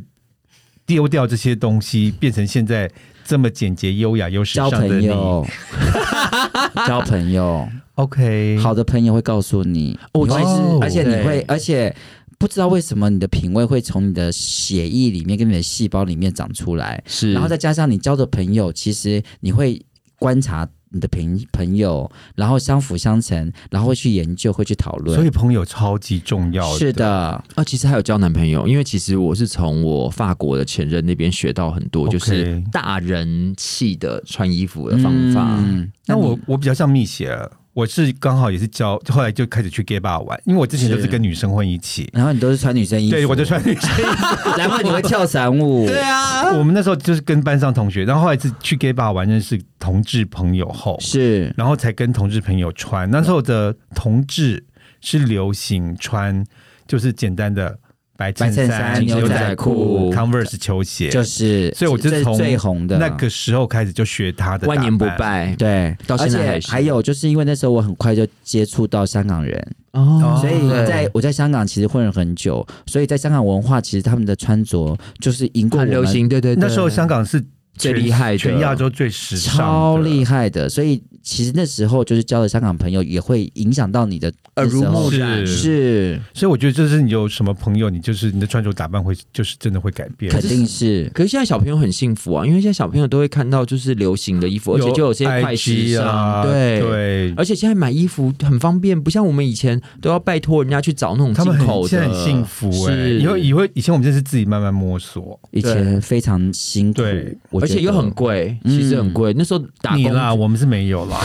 Speaker 1: 丢掉这些东西，变成现在这么简洁、优雅又时
Speaker 3: 交
Speaker 1: 尚的
Speaker 3: 朋
Speaker 1: 你
Speaker 3: 友， 交朋友，
Speaker 1: ？OK，
Speaker 3: 好的朋友会告诉你，
Speaker 2: 哦
Speaker 3: 你会
Speaker 1: 其实
Speaker 3: 而且
Speaker 2: 对
Speaker 3: 你会，而且不知道为什么你的品味会从你的血液里面跟你的细胞里面长出来，
Speaker 2: 是，
Speaker 3: 然后再加上你交的朋友，其实你会观察你的朋朋友，然后相辅相成，然后会去研究，会去讨论。
Speaker 1: 所以朋友超级重要。
Speaker 3: 是，的，
Speaker 2: 啊，其实还有交男朋友，因为其实我是从我法国的前任那边学到很多，就
Speaker 1: OK
Speaker 2: 是大人气的穿衣服的方法。
Speaker 3: 嗯
Speaker 1: 那
Speaker 3: 你
Speaker 1: 我我比较像蜜雪儿，我是刚好也是教，后来就开始去 gay bar 玩，因为我之前都是
Speaker 3: 是
Speaker 1: 跟女生混一起，
Speaker 3: 然后你都是穿女生衣服，
Speaker 1: 对我就，穿女生。
Speaker 3: 然后你会跳伞舞，
Speaker 2: 对啊，
Speaker 1: 我们那时候就是跟班上同学，然后后来是去 gay bar 玩认识同志朋友后，
Speaker 3: 是
Speaker 1: 然后才跟同志朋友穿。那时候的同志是流行穿，就是简单的白衬
Speaker 3: 白衬衫
Speaker 1: 牛
Speaker 3: 牛
Speaker 1: 仔
Speaker 3: 仔
Speaker 1: 裤、
Speaker 3: 裤
Speaker 1: Converse 球鞋，
Speaker 3: 就是，
Speaker 1: 所以我就
Speaker 3: 这是
Speaker 1: 从
Speaker 3: 最红的
Speaker 1: 那个时候开始就学他的，
Speaker 2: 万年不。败，
Speaker 3: 对，
Speaker 2: 到现在还
Speaker 3: 而
Speaker 2: 是
Speaker 3: 且还有就是因为那时候我很快就接触到香港人，
Speaker 2: 哦
Speaker 3: 所以
Speaker 2: 对
Speaker 3: 在我在香港其实混了很久，所以在香港文化其实他们的穿着就是赢过我
Speaker 2: 很流
Speaker 3: 们
Speaker 2: 行，对对对，
Speaker 1: 那时候香港是
Speaker 2: 最
Speaker 1: 全
Speaker 2: 厉害的
Speaker 1: 全亚洲最时尚的，
Speaker 3: 超厉害的，所以其实那时候就是交了香港朋友，也会影响到你的
Speaker 2: 耳濡目
Speaker 1: 是
Speaker 2: 染，
Speaker 3: 是
Speaker 1: 所以我觉得，呃就是你有什么朋友，你就是你的穿着打扮会，就是真的会改变
Speaker 3: 肯。定是。
Speaker 2: 可是现在小朋友很幸福啊，因为现在小朋友都会看到就是流行的衣服，而且就有些快
Speaker 1: IG
Speaker 2: 时尚，
Speaker 1: 啊，
Speaker 2: 对。
Speaker 1: 对，
Speaker 2: 而且现在买衣服很方便，不像我们以前都要拜托人家去找那种
Speaker 1: 他
Speaker 2: 进
Speaker 1: 们很
Speaker 2: 口的。
Speaker 1: 现在很幸福哎、
Speaker 2: 是
Speaker 1: 以后以后以前我们就是自己慢慢摸索，
Speaker 3: 以前非常辛苦
Speaker 1: 对，
Speaker 3: 我
Speaker 2: 而
Speaker 3: 觉
Speaker 2: 且又
Speaker 3: 得
Speaker 2: 很贵，
Speaker 3: 嗯
Speaker 2: 其实很贵。那时候打工
Speaker 1: 你啦，我们是没有啦，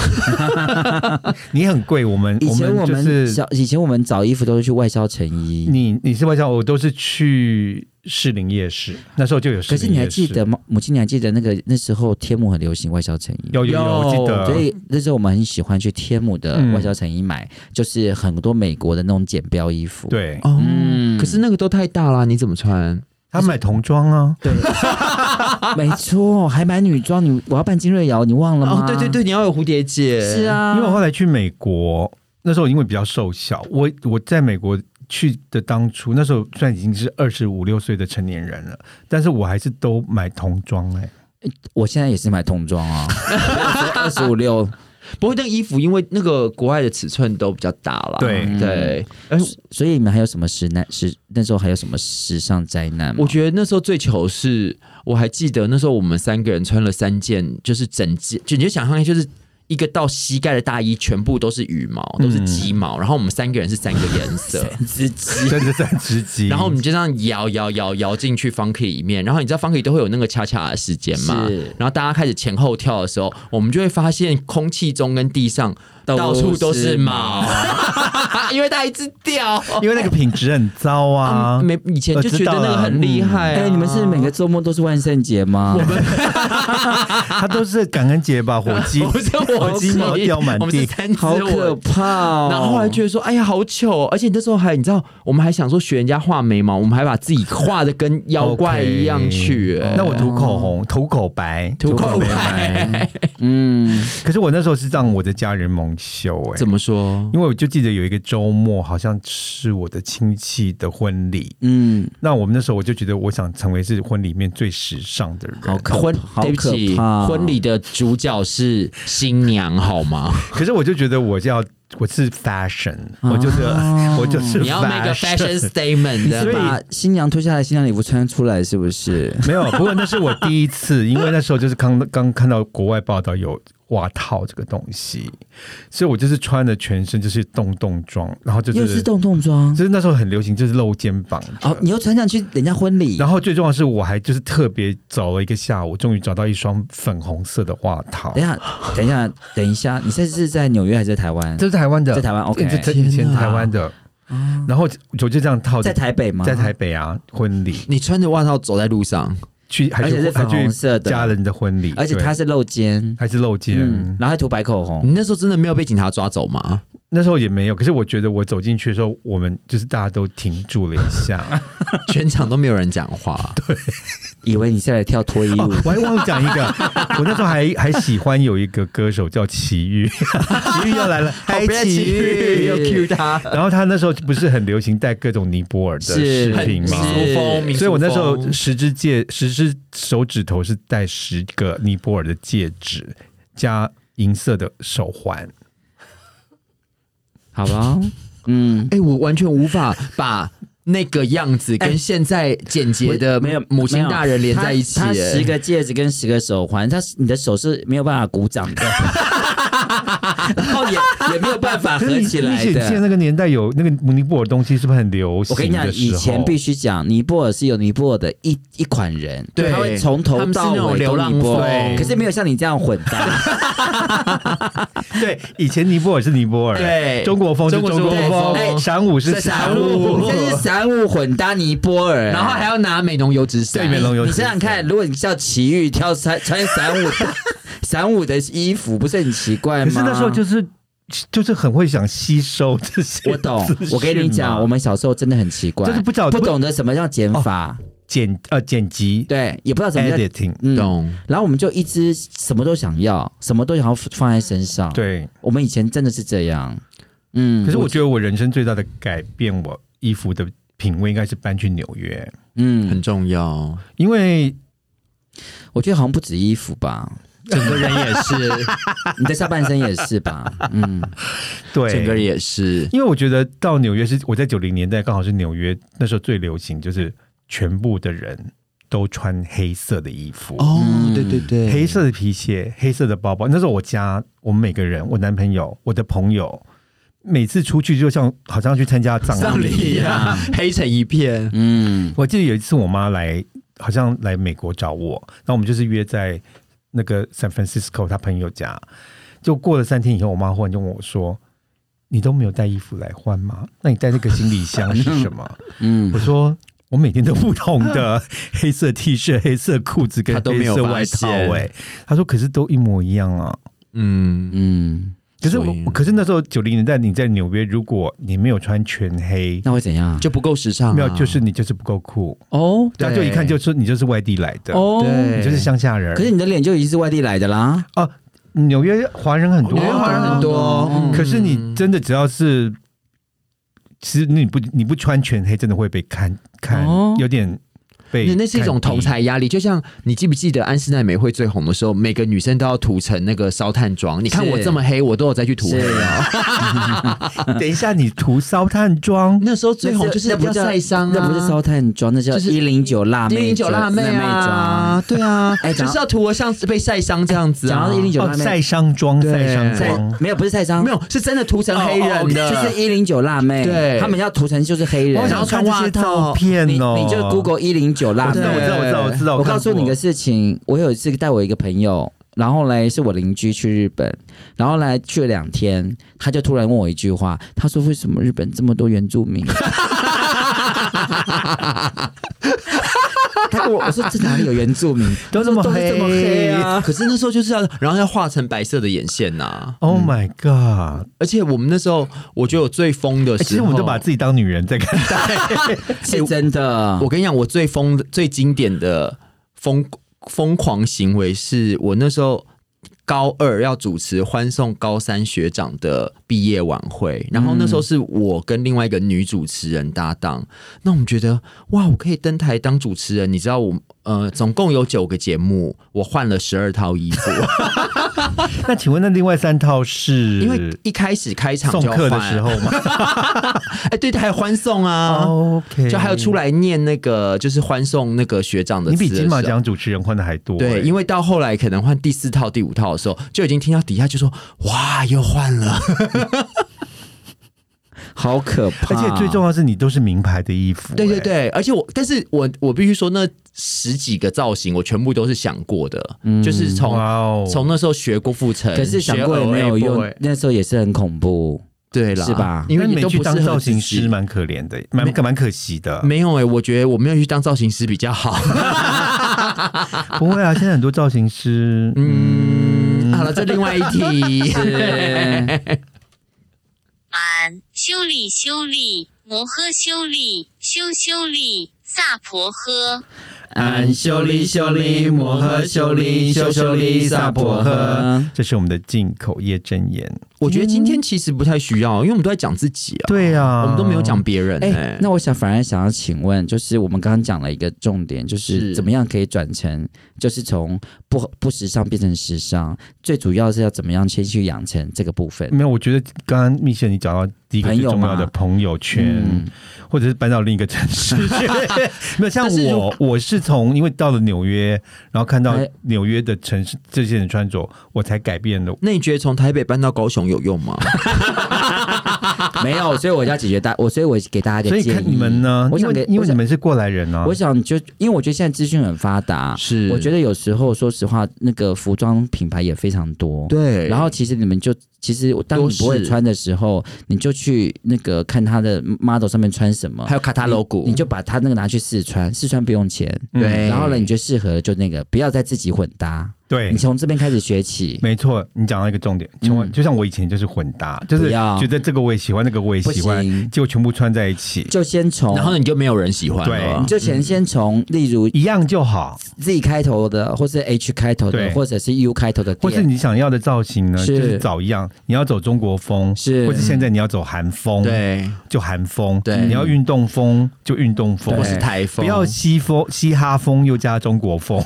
Speaker 1: 你很贵，我们
Speaker 3: 以前我
Speaker 1: 我们就
Speaker 3: 们
Speaker 1: 是
Speaker 3: 小以前我们找衣服都是去外销成衣，
Speaker 1: 你你是外销，我都是去士林夜市，那时候就有士
Speaker 3: 可是
Speaker 1: 林
Speaker 3: 你还
Speaker 1: 夜市。
Speaker 3: 记得吗？母亲，你还记得那个那时候天母很流行外销成衣？
Speaker 1: 有有有，我记
Speaker 2: 有
Speaker 1: 得，
Speaker 3: 所以那时候我们很喜欢去天母的
Speaker 1: 啊嗯
Speaker 3: 外销成衣买，就是很多美国的那种剪标衣服。，
Speaker 1: 对
Speaker 2: 哦，
Speaker 3: 嗯
Speaker 2: 可是那个都太大啦，你怎么穿？
Speaker 1: 他买童装啊，
Speaker 3: 没错，还买女装。你我要扮金瑞瑶，你忘了
Speaker 2: 哦，
Speaker 3: 吗？
Speaker 2: 对对，对，你要有蝴蝶结。
Speaker 3: 是，啊，
Speaker 1: 因为我后来去美国，那时候因为比较瘦小，我我在美国去的当初，那时候虽然已经是二十五六岁的成年人了，但是我还是都买童装 哎、
Speaker 3: 我现在也是买童装啊，二十五六，
Speaker 2: 不过那个衣服因为那个国外的尺寸都比较大啦。
Speaker 1: 对
Speaker 2: 对，嗯哎而且
Speaker 3: 所以你们还有什么时难时那时候还有什么时尚灾难吗？
Speaker 2: 我觉得那时候最糗是，我还记得那时候我们三个人穿了三件，就是整件，就你就想象就是。一个到膝盖的大衣全部都是羽毛，都是鸡毛，然后我们三个人是三个颜 色，
Speaker 3: 自己
Speaker 1: 真的三只鸡，
Speaker 2: 然后我们就这样摇摇摇摇进去 funky 里面，然后你知道 funky 都会有那个恰恰的时间嘛
Speaker 3: 是，
Speaker 2: 然后大家开始前后跳的时候，我们就会发现空气中跟地上到处都是毛， 因为它一直掉。
Speaker 1: 因为那个品质很糟 啊，
Speaker 2: 啊，没以前就觉得那个很厉害、啊
Speaker 3: 哎、你们是每个周末都是万圣节吗？我们
Speaker 1: 它都是感恩节 吧，火鸡
Speaker 2: 不是
Speaker 1: 火
Speaker 2: 我
Speaker 1: 鸡毛掉满
Speaker 2: 我们
Speaker 1: 地，
Speaker 2: 是三只
Speaker 3: 好可
Speaker 2: 我。
Speaker 3: 怕哦！
Speaker 2: 然后后来觉得说，哎呀，好糗、哦！而且那时候还，你知道，我们还想说学人家画眉毛，我们还把自己画的跟妖怪一样去、哎
Speaker 1: 那我涂口红，涂口白，
Speaker 2: 涂口
Speaker 1: 白
Speaker 2: 白，
Speaker 3: 嗯，
Speaker 1: 可是我那时候是让我的家人蒙羞哎、
Speaker 2: 怎么说？
Speaker 1: 因为我就记得有一个周末，好像是我的亲戚的婚礼，
Speaker 3: 嗯，
Speaker 1: 那我们那时候我就觉得，我想成为是婚里面最时尚的人。
Speaker 3: 好哦可
Speaker 2: 婚，
Speaker 3: 好
Speaker 2: 对不
Speaker 3: 可
Speaker 2: 起，
Speaker 3: 怕，
Speaker 2: 婚礼的主角是新娘，好 吗？
Speaker 1: 可是我就觉得我要我是 fashion，、我
Speaker 3: 啊
Speaker 1: 就是我就是
Speaker 2: 你要 make a fashion statement
Speaker 3: 你是
Speaker 2: 的吧？
Speaker 3: 把新娘脱下来，新娘礼服穿出来是不是？
Speaker 1: 没有，不过那是我第一次，因为那时候就是刚 刚看到国外报道有袜套这个东西，所以我就是穿的全身就是洞洞装，然后就
Speaker 3: 又
Speaker 1: 是
Speaker 3: 是洞洞装
Speaker 1: 就是那时候很流行，就是露肩膀的
Speaker 3: 哦，你又穿上去人家婚礼
Speaker 1: 然，后最重要的是，我还就是特别找了一个下午，终于找到一双粉红色的袜套
Speaker 3: 等一。下，等一下，等一下，你现在是在纽约还是在台湾？
Speaker 1: 这是台湾的，
Speaker 3: 在台湾，OK 啊
Speaker 1: 这这以前台湾的。然后我就这样套着
Speaker 3: 在台北吗？
Speaker 1: 在台北啊婚礼
Speaker 2: 你穿着外套走在路上，
Speaker 1: 去，还
Speaker 3: 而且
Speaker 1: 去
Speaker 3: 是
Speaker 1: 还
Speaker 3: 粉红
Speaker 1: 去
Speaker 3: 色的
Speaker 1: 家人的婚礼，
Speaker 3: 而且她
Speaker 1: 对
Speaker 3: 是露肩，
Speaker 1: 还是露肩、
Speaker 3: 嗯，然后还涂白口红，
Speaker 2: 你那时候真的没有被警察抓走 吗？
Speaker 1: 那时候也没有。可是我觉得我走进去的时候，我们就是大家都停住了一 下。
Speaker 2: 全场都没有人讲话，
Speaker 3: 以为你是来跳脱衣
Speaker 1: 哦
Speaker 3: 舞。
Speaker 1: 我还忘了讲一 个，我那时候还还喜欢有一个歌手叫齐 豫，齐豫又来了，嗨齐
Speaker 3: 哎
Speaker 1: 豫
Speaker 2: 又 Q 他，
Speaker 1: 然后他那时候不是很流行带各种尼泊尔的饰品吗？
Speaker 2: 很民俗风民俗
Speaker 1: 所以我那时候
Speaker 2: 风
Speaker 1: 十只戒，十只手指头是戴十个尼泊尔的戒指加银色的手环，
Speaker 3: 好吧，嗯，
Speaker 2: 哎、我完全无法把那个样子跟现在简洁的
Speaker 3: 哎没有
Speaker 2: 母亲大人连在一起、
Speaker 3: 他
Speaker 2: 哎
Speaker 3: 十个戒指跟十个手环，他你的手是没有办法鼓掌的。然后你也也没有办法
Speaker 1: 可是
Speaker 3: 啊合
Speaker 1: 你
Speaker 3: 起来
Speaker 1: 你显现
Speaker 3: 的。
Speaker 1: 那个年代有那个尼泊尔东西是不是很流行？
Speaker 3: 我跟你讲，以前必须讲，尼泊尔是有尼泊尔的一一款人，
Speaker 2: 对
Speaker 3: 他会从头
Speaker 2: 他们是
Speaker 3: 到
Speaker 2: 那种
Speaker 3: 尾
Speaker 2: 流
Speaker 3: 都
Speaker 2: 浪
Speaker 3: 尼泊尔，
Speaker 2: 风
Speaker 3: 可是没有像你这样混搭。
Speaker 1: 对，以前尼泊尔是尼泊尔，
Speaker 2: 对
Speaker 1: 中国风是
Speaker 2: 中国
Speaker 1: 中
Speaker 2: 是
Speaker 1: 国
Speaker 2: 中
Speaker 3: 国
Speaker 1: 风，
Speaker 3: 风哎
Speaker 1: 闪舞是
Speaker 3: 这
Speaker 1: 闪
Speaker 3: 散
Speaker 1: 舞
Speaker 3: 物，，这是散物混搭尼泊尔，
Speaker 2: 然后还要拿美浓油纸伞，
Speaker 1: 对面龙有
Speaker 3: 你想想看，如果你叫奇遇跳穿穿 散舞散舞的衣服，不是很奇怪
Speaker 1: 可
Speaker 3: 吗？
Speaker 1: 是那时候就是就是很会想吸收这些资讯
Speaker 3: 我
Speaker 1: 嘛，
Speaker 3: 懂，我跟你讲，我们小时候真的很奇怪，
Speaker 1: 就是不晓
Speaker 3: 不懂得什么叫减
Speaker 2: 哦
Speaker 3: 法，
Speaker 1: 剪呃剪辑
Speaker 3: 对，也不知道什么叫
Speaker 1: editing，
Speaker 3: 嗯。
Speaker 2: 懂？
Speaker 3: 然后我们就一直什么都想要，什么都想要放在身上。，
Speaker 1: 对。
Speaker 3: 我们以前真的是这样。嗯，
Speaker 1: 可是我觉得我人生最大的改变，我衣服的品味应该是搬去纽约，
Speaker 3: 嗯，
Speaker 2: 很重要，
Speaker 1: 因为
Speaker 3: 我觉得好像不止衣服吧，
Speaker 2: 整个人也是，
Speaker 3: 你的下半身也是吧？嗯，
Speaker 1: 对
Speaker 2: 整个人也是。
Speaker 1: 因为我觉得到纽约是我在九零年代刚好是纽约那时候最流行，就是全部的人都穿黑色的衣服。
Speaker 2: 哦
Speaker 3: 嗯
Speaker 2: 对
Speaker 1: 黑色的皮鞋，黑色的包包。那时候我家，我们每个人，我男朋友，我的朋友，每次出去就像好像去参加
Speaker 2: 葬
Speaker 1: 葬礼。
Speaker 2: 礼 呀，黑成一片，
Speaker 3: 嗯，
Speaker 1: 我记得有一次我妈来，好像来美国找我，然后我们就是约在那个 San Francisco 她朋友家。就过了三天以后，我妈忽然就问我说：“你都没有带衣服来换吗？那你带那个行李箱是什么？”
Speaker 3: 嗯
Speaker 1: 我说。我每天都不同的黑色 T 恤、黑色裤子跟
Speaker 2: 她都
Speaker 1: 黑
Speaker 2: 没有
Speaker 1: 色
Speaker 2: 发
Speaker 1: 外套、
Speaker 2: 现
Speaker 1: 哎，她说：“可是都一模一样啊。”
Speaker 2: 嗯，
Speaker 3: 嗯，
Speaker 1: 可是
Speaker 2: 所
Speaker 1: 我
Speaker 2: 以，
Speaker 1: 可是那时候九零年代你在纽约，如果你没有穿全
Speaker 2: 啊
Speaker 1: 黑，
Speaker 3: 那会怎样？
Speaker 2: 就不够时尚啊，
Speaker 1: 没有就是你就是不够酷，
Speaker 3: 哦
Speaker 1: 他
Speaker 2: 对
Speaker 1: 就一看就说你就是外地来的，
Speaker 3: 哦，
Speaker 2: 对
Speaker 1: 你就是乡下人。
Speaker 3: 可是你的脸就已经是外地来的啦。
Speaker 1: 哦，纽约华人很多，
Speaker 2: 纽约华人很多嗯
Speaker 1: 可是你真的只要是，其实你不你不穿全黑，真的会被看看
Speaker 3: 哦，
Speaker 1: 有点被
Speaker 2: 那那是一种
Speaker 1: 看低
Speaker 2: 同。才压力，就像你记不记得安室奈美惠最红的时候，每个女生都要涂成那个烧炭妆。你看我这么黑，我都有再去涂黑啊。
Speaker 1: 等一下，你涂烧炭妆，
Speaker 2: 那时候最红就是
Speaker 3: 那不
Speaker 2: 叫晒伤啊，
Speaker 3: 那不是烧炭妆，那叫
Speaker 2: 就是
Speaker 3: 一零九辣妹，
Speaker 2: 一零九辣妹啊
Speaker 3: 妆。
Speaker 2: 啊，对啊，
Speaker 3: 哎
Speaker 2: 就
Speaker 3: 讲到
Speaker 2: 是要涂的像是被晒伤这样子
Speaker 3: 讲
Speaker 2: 啊
Speaker 3: 到。一零九
Speaker 1: 哦
Speaker 3: 辣，
Speaker 1: 晒
Speaker 3: 妹，
Speaker 1: 伤妆，
Speaker 2: 对
Speaker 1: 晒伤
Speaker 3: 晒
Speaker 1: 妆。
Speaker 3: 没有不是晒伤，
Speaker 2: 没有是真的涂成黑
Speaker 3: 哦哦
Speaker 2: 人的，
Speaker 3: 就是一零九辣妹，
Speaker 2: 对
Speaker 3: 他们要涂成就是黑人
Speaker 1: 我。想要看这些照片
Speaker 3: 你
Speaker 1: 哦，
Speaker 3: 你就 Google 一零九辣
Speaker 1: 我知
Speaker 3: 妹
Speaker 1: 道，。我知道，我知道，我知道。
Speaker 3: 我告诉你
Speaker 1: 看过
Speaker 3: 个事情，我有一次带我一个朋友，然后嘞是我邻居去日本，然后来去了两天，他就突然问我一句话，他说为什么日本这么多原住 民？他跟我我说这哪里有原 住民？
Speaker 1: 都这么
Speaker 3: 都是这么黑啊！
Speaker 2: 可是那时候就是要，然后要画成白色的眼线呐、
Speaker 1: Oh my god！、
Speaker 2: 而且我们那时候，我觉得我最疯的
Speaker 1: 欸
Speaker 2: 时候，
Speaker 1: 其实我们都把自己当女人在看待。
Speaker 3: 是真的，
Speaker 1: 嗯
Speaker 2: 我跟你讲，我最疯、最经典的疯疯狂行为是我那时候高二要主持欢送高三学长的毕业晚会，然后那时候是我跟另外一个女主持人搭档。那我们觉得，哇，我可以登台当主持人，你知道我。呃，总共有九个节目，我换了十二套衣 服，
Speaker 1: 那请问，那另外三套是
Speaker 2: 因为一开始开场
Speaker 1: 送
Speaker 2: 就
Speaker 1: 客的
Speaker 2: 换
Speaker 1: 时， 候吗、
Speaker 2: 哎，对，还有欢送啊，
Speaker 1: o k
Speaker 2: 就还有出来念那个，就是欢送那个学长的
Speaker 1: 你
Speaker 2: 词的
Speaker 1: 比
Speaker 2: 时候。
Speaker 1: 金马奖主持人换的还多、欸
Speaker 2: 对，因为到后来可能换第四套、第五套的时候，就已经听到底下就说：“哇，又换了。
Speaker 3: 好可怕，
Speaker 1: 而且最重要是你都是名牌的衣服、”
Speaker 2: 对对
Speaker 1: 欸，
Speaker 2: 对，而且我，但是我我必须说，那十几个造型我全部都是想过的，就是从
Speaker 1: 哇哦，
Speaker 2: 从那时候学郭富城，
Speaker 3: 可是想过也没有
Speaker 2: 学 LA
Speaker 3: 用
Speaker 2: boy，，
Speaker 3: 那时候也是很恐怖。
Speaker 2: 对啦，
Speaker 3: 是吧
Speaker 2: 因为
Speaker 1: 那
Speaker 2: 你
Speaker 1: 你
Speaker 2: 都
Speaker 1: 去
Speaker 2: 不
Speaker 1: 当
Speaker 2: 是
Speaker 1: 造型师。蛮可怜的，蛮蛮可惜的。
Speaker 2: 没有哎、我觉得我没有去当造型师比较好。
Speaker 1: 不会 啊，现在很多造型师，
Speaker 2: 嗯， 好了，这另外一题。
Speaker 4: 俺修理修理摩诃修理修修理萨婆诃。
Speaker 3: 俺修理修理摩诃修理修修理萨婆诃。
Speaker 1: 这是我们的进口业真言。
Speaker 2: 我觉得今天其实不太需要，因为我们都在讲自己啊，
Speaker 1: 对啊，
Speaker 2: 我们都没有讲别人、
Speaker 3: 哎、
Speaker 2: 欸。
Speaker 3: 那我想反而想要请问，就是我们刚刚讲了一个重点，就是
Speaker 2: 是
Speaker 3: 怎么样可以转成，就是从不不时尚变成时尚，最主要是要怎么样先去养成这个部分。
Speaker 1: 没有，我觉得刚刚蜜雪你讲到第一个
Speaker 3: 朋
Speaker 1: 最
Speaker 3: 友
Speaker 1: 重要的
Speaker 3: 嘛
Speaker 1: 朋友圈，
Speaker 3: 嗯
Speaker 1: 或者是搬到另一个城 市去，没有像
Speaker 2: 但是如
Speaker 1: 我，我是从因为到了纽约，然后看到
Speaker 3: 哎
Speaker 1: 纽约的城市这些人穿着，我才改变了。
Speaker 2: 那你觉得从台北搬到高雄有用吗？
Speaker 3: 没有，所以我就要解决大，我所以我给大家
Speaker 1: 所
Speaker 3: 的
Speaker 1: 以
Speaker 3: 建
Speaker 1: 看
Speaker 3: 议，
Speaker 1: 你们呢，
Speaker 3: 我
Speaker 1: 因
Speaker 3: 想给
Speaker 1: 为，因
Speaker 3: 我
Speaker 1: 为
Speaker 3: 想
Speaker 1: 你们是过来人啊
Speaker 3: 我，想就因为我觉得现在资讯很发达，
Speaker 2: 是
Speaker 3: 我觉得有时候说实话，那个服装品牌也非常多。
Speaker 2: 对，
Speaker 3: 然后其实你们就其实当
Speaker 2: 都
Speaker 3: 你不会
Speaker 2: 是
Speaker 3: 穿的时候，你就去那个看他的 model 上面穿什么
Speaker 2: 还，有卡塔楼谷，
Speaker 3: 你就把他那个拿去试穿，试穿不用钱。
Speaker 1: 嗯
Speaker 2: 对，
Speaker 3: 然后呢，你就适合就那个，不要再自己混搭，
Speaker 1: 对
Speaker 3: 你。从这边开始学起。
Speaker 1: 没错，你讲到一个重点，从我就像我以前就是混搭，就是
Speaker 3: 不要
Speaker 1: 觉得这个我也喜欢，那个我也喜欢
Speaker 3: 不行，
Speaker 1: 结果全部穿在一起，
Speaker 3: 就先从，
Speaker 2: 然后嗯你就没有人喜欢
Speaker 1: 对
Speaker 2: 了
Speaker 3: 你。就先先从，例如
Speaker 1: 一样就好。
Speaker 3: Z 开头的，或是 H 开头的
Speaker 1: 对，
Speaker 3: 或者是 U 开头的
Speaker 1: 或是
Speaker 3: 店，
Speaker 1: 你想要的造型呢，
Speaker 3: 是
Speaker 1: 就是找一样，你要走中国风，
Speaker 3: 是
Speaker 1: 或是现在你要走韩风，，
Speaker 2: 对，
Speaker 1: 就韩风，
Speaker 2: 对
Speaker 1: 你要运动风就运动风，
Speaker 2: 或是台风，
Speaker 1: 不要西风嘻哈风又加中国风，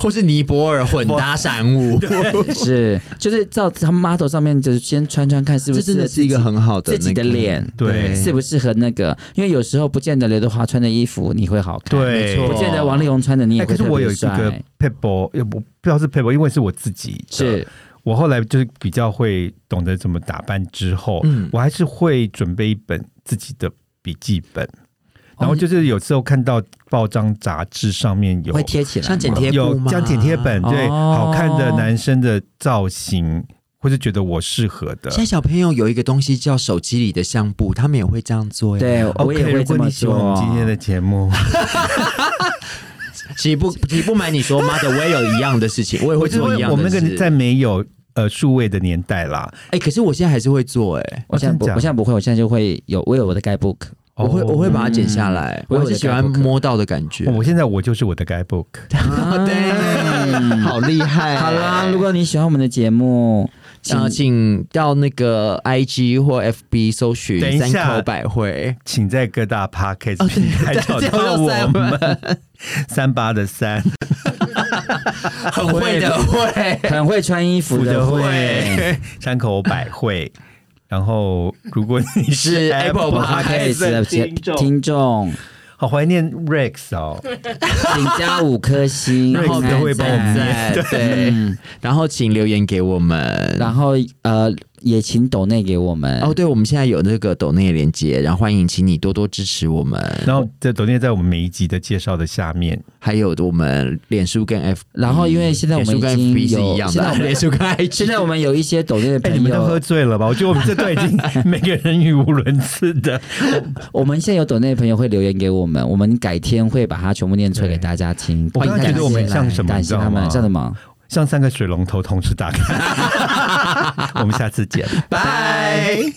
Speaker 2: 或是尼泊尔 混搭闪舞，
Speaker 3: 是就是照他 model 上面，就是先穿穿看是不
Speaker 2: 这
Speaker 3: 是
Speaker 2: 真的是一个很好的
Speaker 3: 自己的
Speaker 2: 那个
Speaker 3: 脸，
Speaker 1: 对
Speaker 3: 适不适合那个？因为有时候不见得刘德华穿的衣服你会好看，
Speaker 1: 对没错
Speaker 3: 不见得王力宏穿的你也
Speaker 1: 哎，
Speaker 3: 会
Speaker 1: 可是
Speaker 3: 特
Speaker 1: 我有
Speaker 3: 别
Speaker 1: 一个
Speaker 3: 帅。
Speaker 1: pebble，也不不知道是 pebble，因为是我自己的。
Speaker 3: 是
Speaker 1: 我后来就是比较会懂得怎么打扮之后，
Speaker 2: 嗯
Speaker 1: 我还是会准备一本自己的笔记本，
Speaker 3: 哦
Speaker 1: 然后就是有时候看到报章杂志上面有
Speaker 3: 会贴起来吗，
Speaker 2: 像剪贴
Speaker 1: 有
Speaker 2: 布吗
Speaker 1: 像剪贴本，对，
Speaker 3: 哦
Speaker 1: 好看的男生的造型，或是觉得我适合的
Speaker 2: 现。在小朋友有一个东西叫手机里的相簿，他们也会这样做呀。
Speaker 3: 对，我
Speaker 1: OK，
Speaker 3: 也
Speaker 1: 如果
Speaker 3: 会这
Speaker 1: 你
Speaker 3: 么
Speaker 1: 喜欢我们
Speaker 3: 说。
Speaker 1: 今天的节目，
Speaker 2: 其实不，其实不瞒你说，妈的，我也有一样的事 情，我也
Speaker 1: 我
Speaker 2: 会
Speaker 1: 就
Speaker 2: 做一
Speaker 1: 是
Speaker 2: 样
Speaker 1: 我
Speaker 2: 的
Speaker 1: 们那
Speaker 2: 事
Speaker 1: 个在没有呃数位的年代啦，
Speaker 2: 哎、可是我现在还是会做、哎，
Speaker 3: 我现在不，
Speaker 1: 哦真假
Speaker 3: 我现在不会，我现在就会有，我有我的 guidebook，
Speaker 2: 我会
Speaker 1: 哦
Speaker 2: 我会把它剪下来，
Speaker 3: 我
Speaker 2: 我
Speaker 3: 有
Speaker 2: 还
Speaker 3: 的
Speaker 2: 是喜欢
Speaker 3: guidebook
Speaker 2: 摸到的感觉。
Speaker 1: 我现在我就是我的 guidebook，
Speaker 2: 对，好厉
Speaker 1: 哎
Speaker 2: 害
Speaker 3: 好啦，如果你喜欢我们的节目，
Speaker 2: 请呃请到那个 IG 或 FB 搜寻
Speaker 1: 等一
Speaker 2: 三
Speaker 1: 下
Speaker 2: 口百惠。
Speaker 1: 请在各大 podcast 平台找到我们三八的三。
Speaker 2: 很会的 会。
Speaker 3: 很会穿衣服
Speaker 1: 福
Speaker 3: 的
Speaker 1: 德
Speaker 3: 会。
Speaker 1: 哎会、山口百惠。 然后，如果你
Speaker 2: 是
Speaker 1: 是 Apple
Speaker 2: Apple
Speaker 1: Podcast
Speaker 2: Podcast
Speaker 3: 的
Speaker 1: 的
Speaker 3: 听
Speaker 1: 听众，
Speaker 3: 听众，
Speaker 1: 好怀念 Rex 哦，
Speaker 3: 请加五颗 星，
Speaker 1: 瑞
Speaker 3: 然后
Speaker 1: 克
Speaker 3: 按
Speaker 1: 会帮我们
Speaker 3: 赞
Speaker 2: 在对，然后请留言给我们。
Speaker 3: 然后呃，也请抖内给我们。
Speaker 2: 哦，对，我们现在有那个抖内的连接，然后欢迎请你多多支持我们，
Speaker 1: 然后这昨天在我们每一集的介绍的下面，
Speaker 2: 还有我们脸书跟 F，
Speaker 3: 然后因为现在我
Speaker 2: 脸书
Speaker 3: 们
Speaker 2: 跟
Speaker 3: 已经
Speaker 2: FB 是
Speaker 3: 有
Speaker 2: 一样
Speaker 3: 现在我
Speaker 2: 的，
Speaker 3: 们
Speaker 2: 脸书跟 IG，
Speaker 3: 现在我们有一些抖内的
Speaker 1: 哎，
Speaker 3: 朋
Speaker 1: 你们都
Speaker 3: 友，
Speaker 1: 喝醉了吧？我觉得我们这段已经 每个人语无伦次的。
Speaker 3: 我们现在有抖内的朋友会留言给我们，我们改天会把它全部念出来给大家听。
Speaker 1: 我刚刚
Speaker 3: 欢迎大家
Speaker 1: 觉得我们
Speaker 3: 进来
Speaker 1: 像什么
Speaker 3: 感
Speaker 1: 你知
Speaker 3: 谢
Speaker 1: 道
Speaker 3: 他们
Speaker 1: 吗
Speaker 3: 像什么？
Speaker 1: 像三个水龙头同时打开，我们下次见。
Speaker 2: 拜。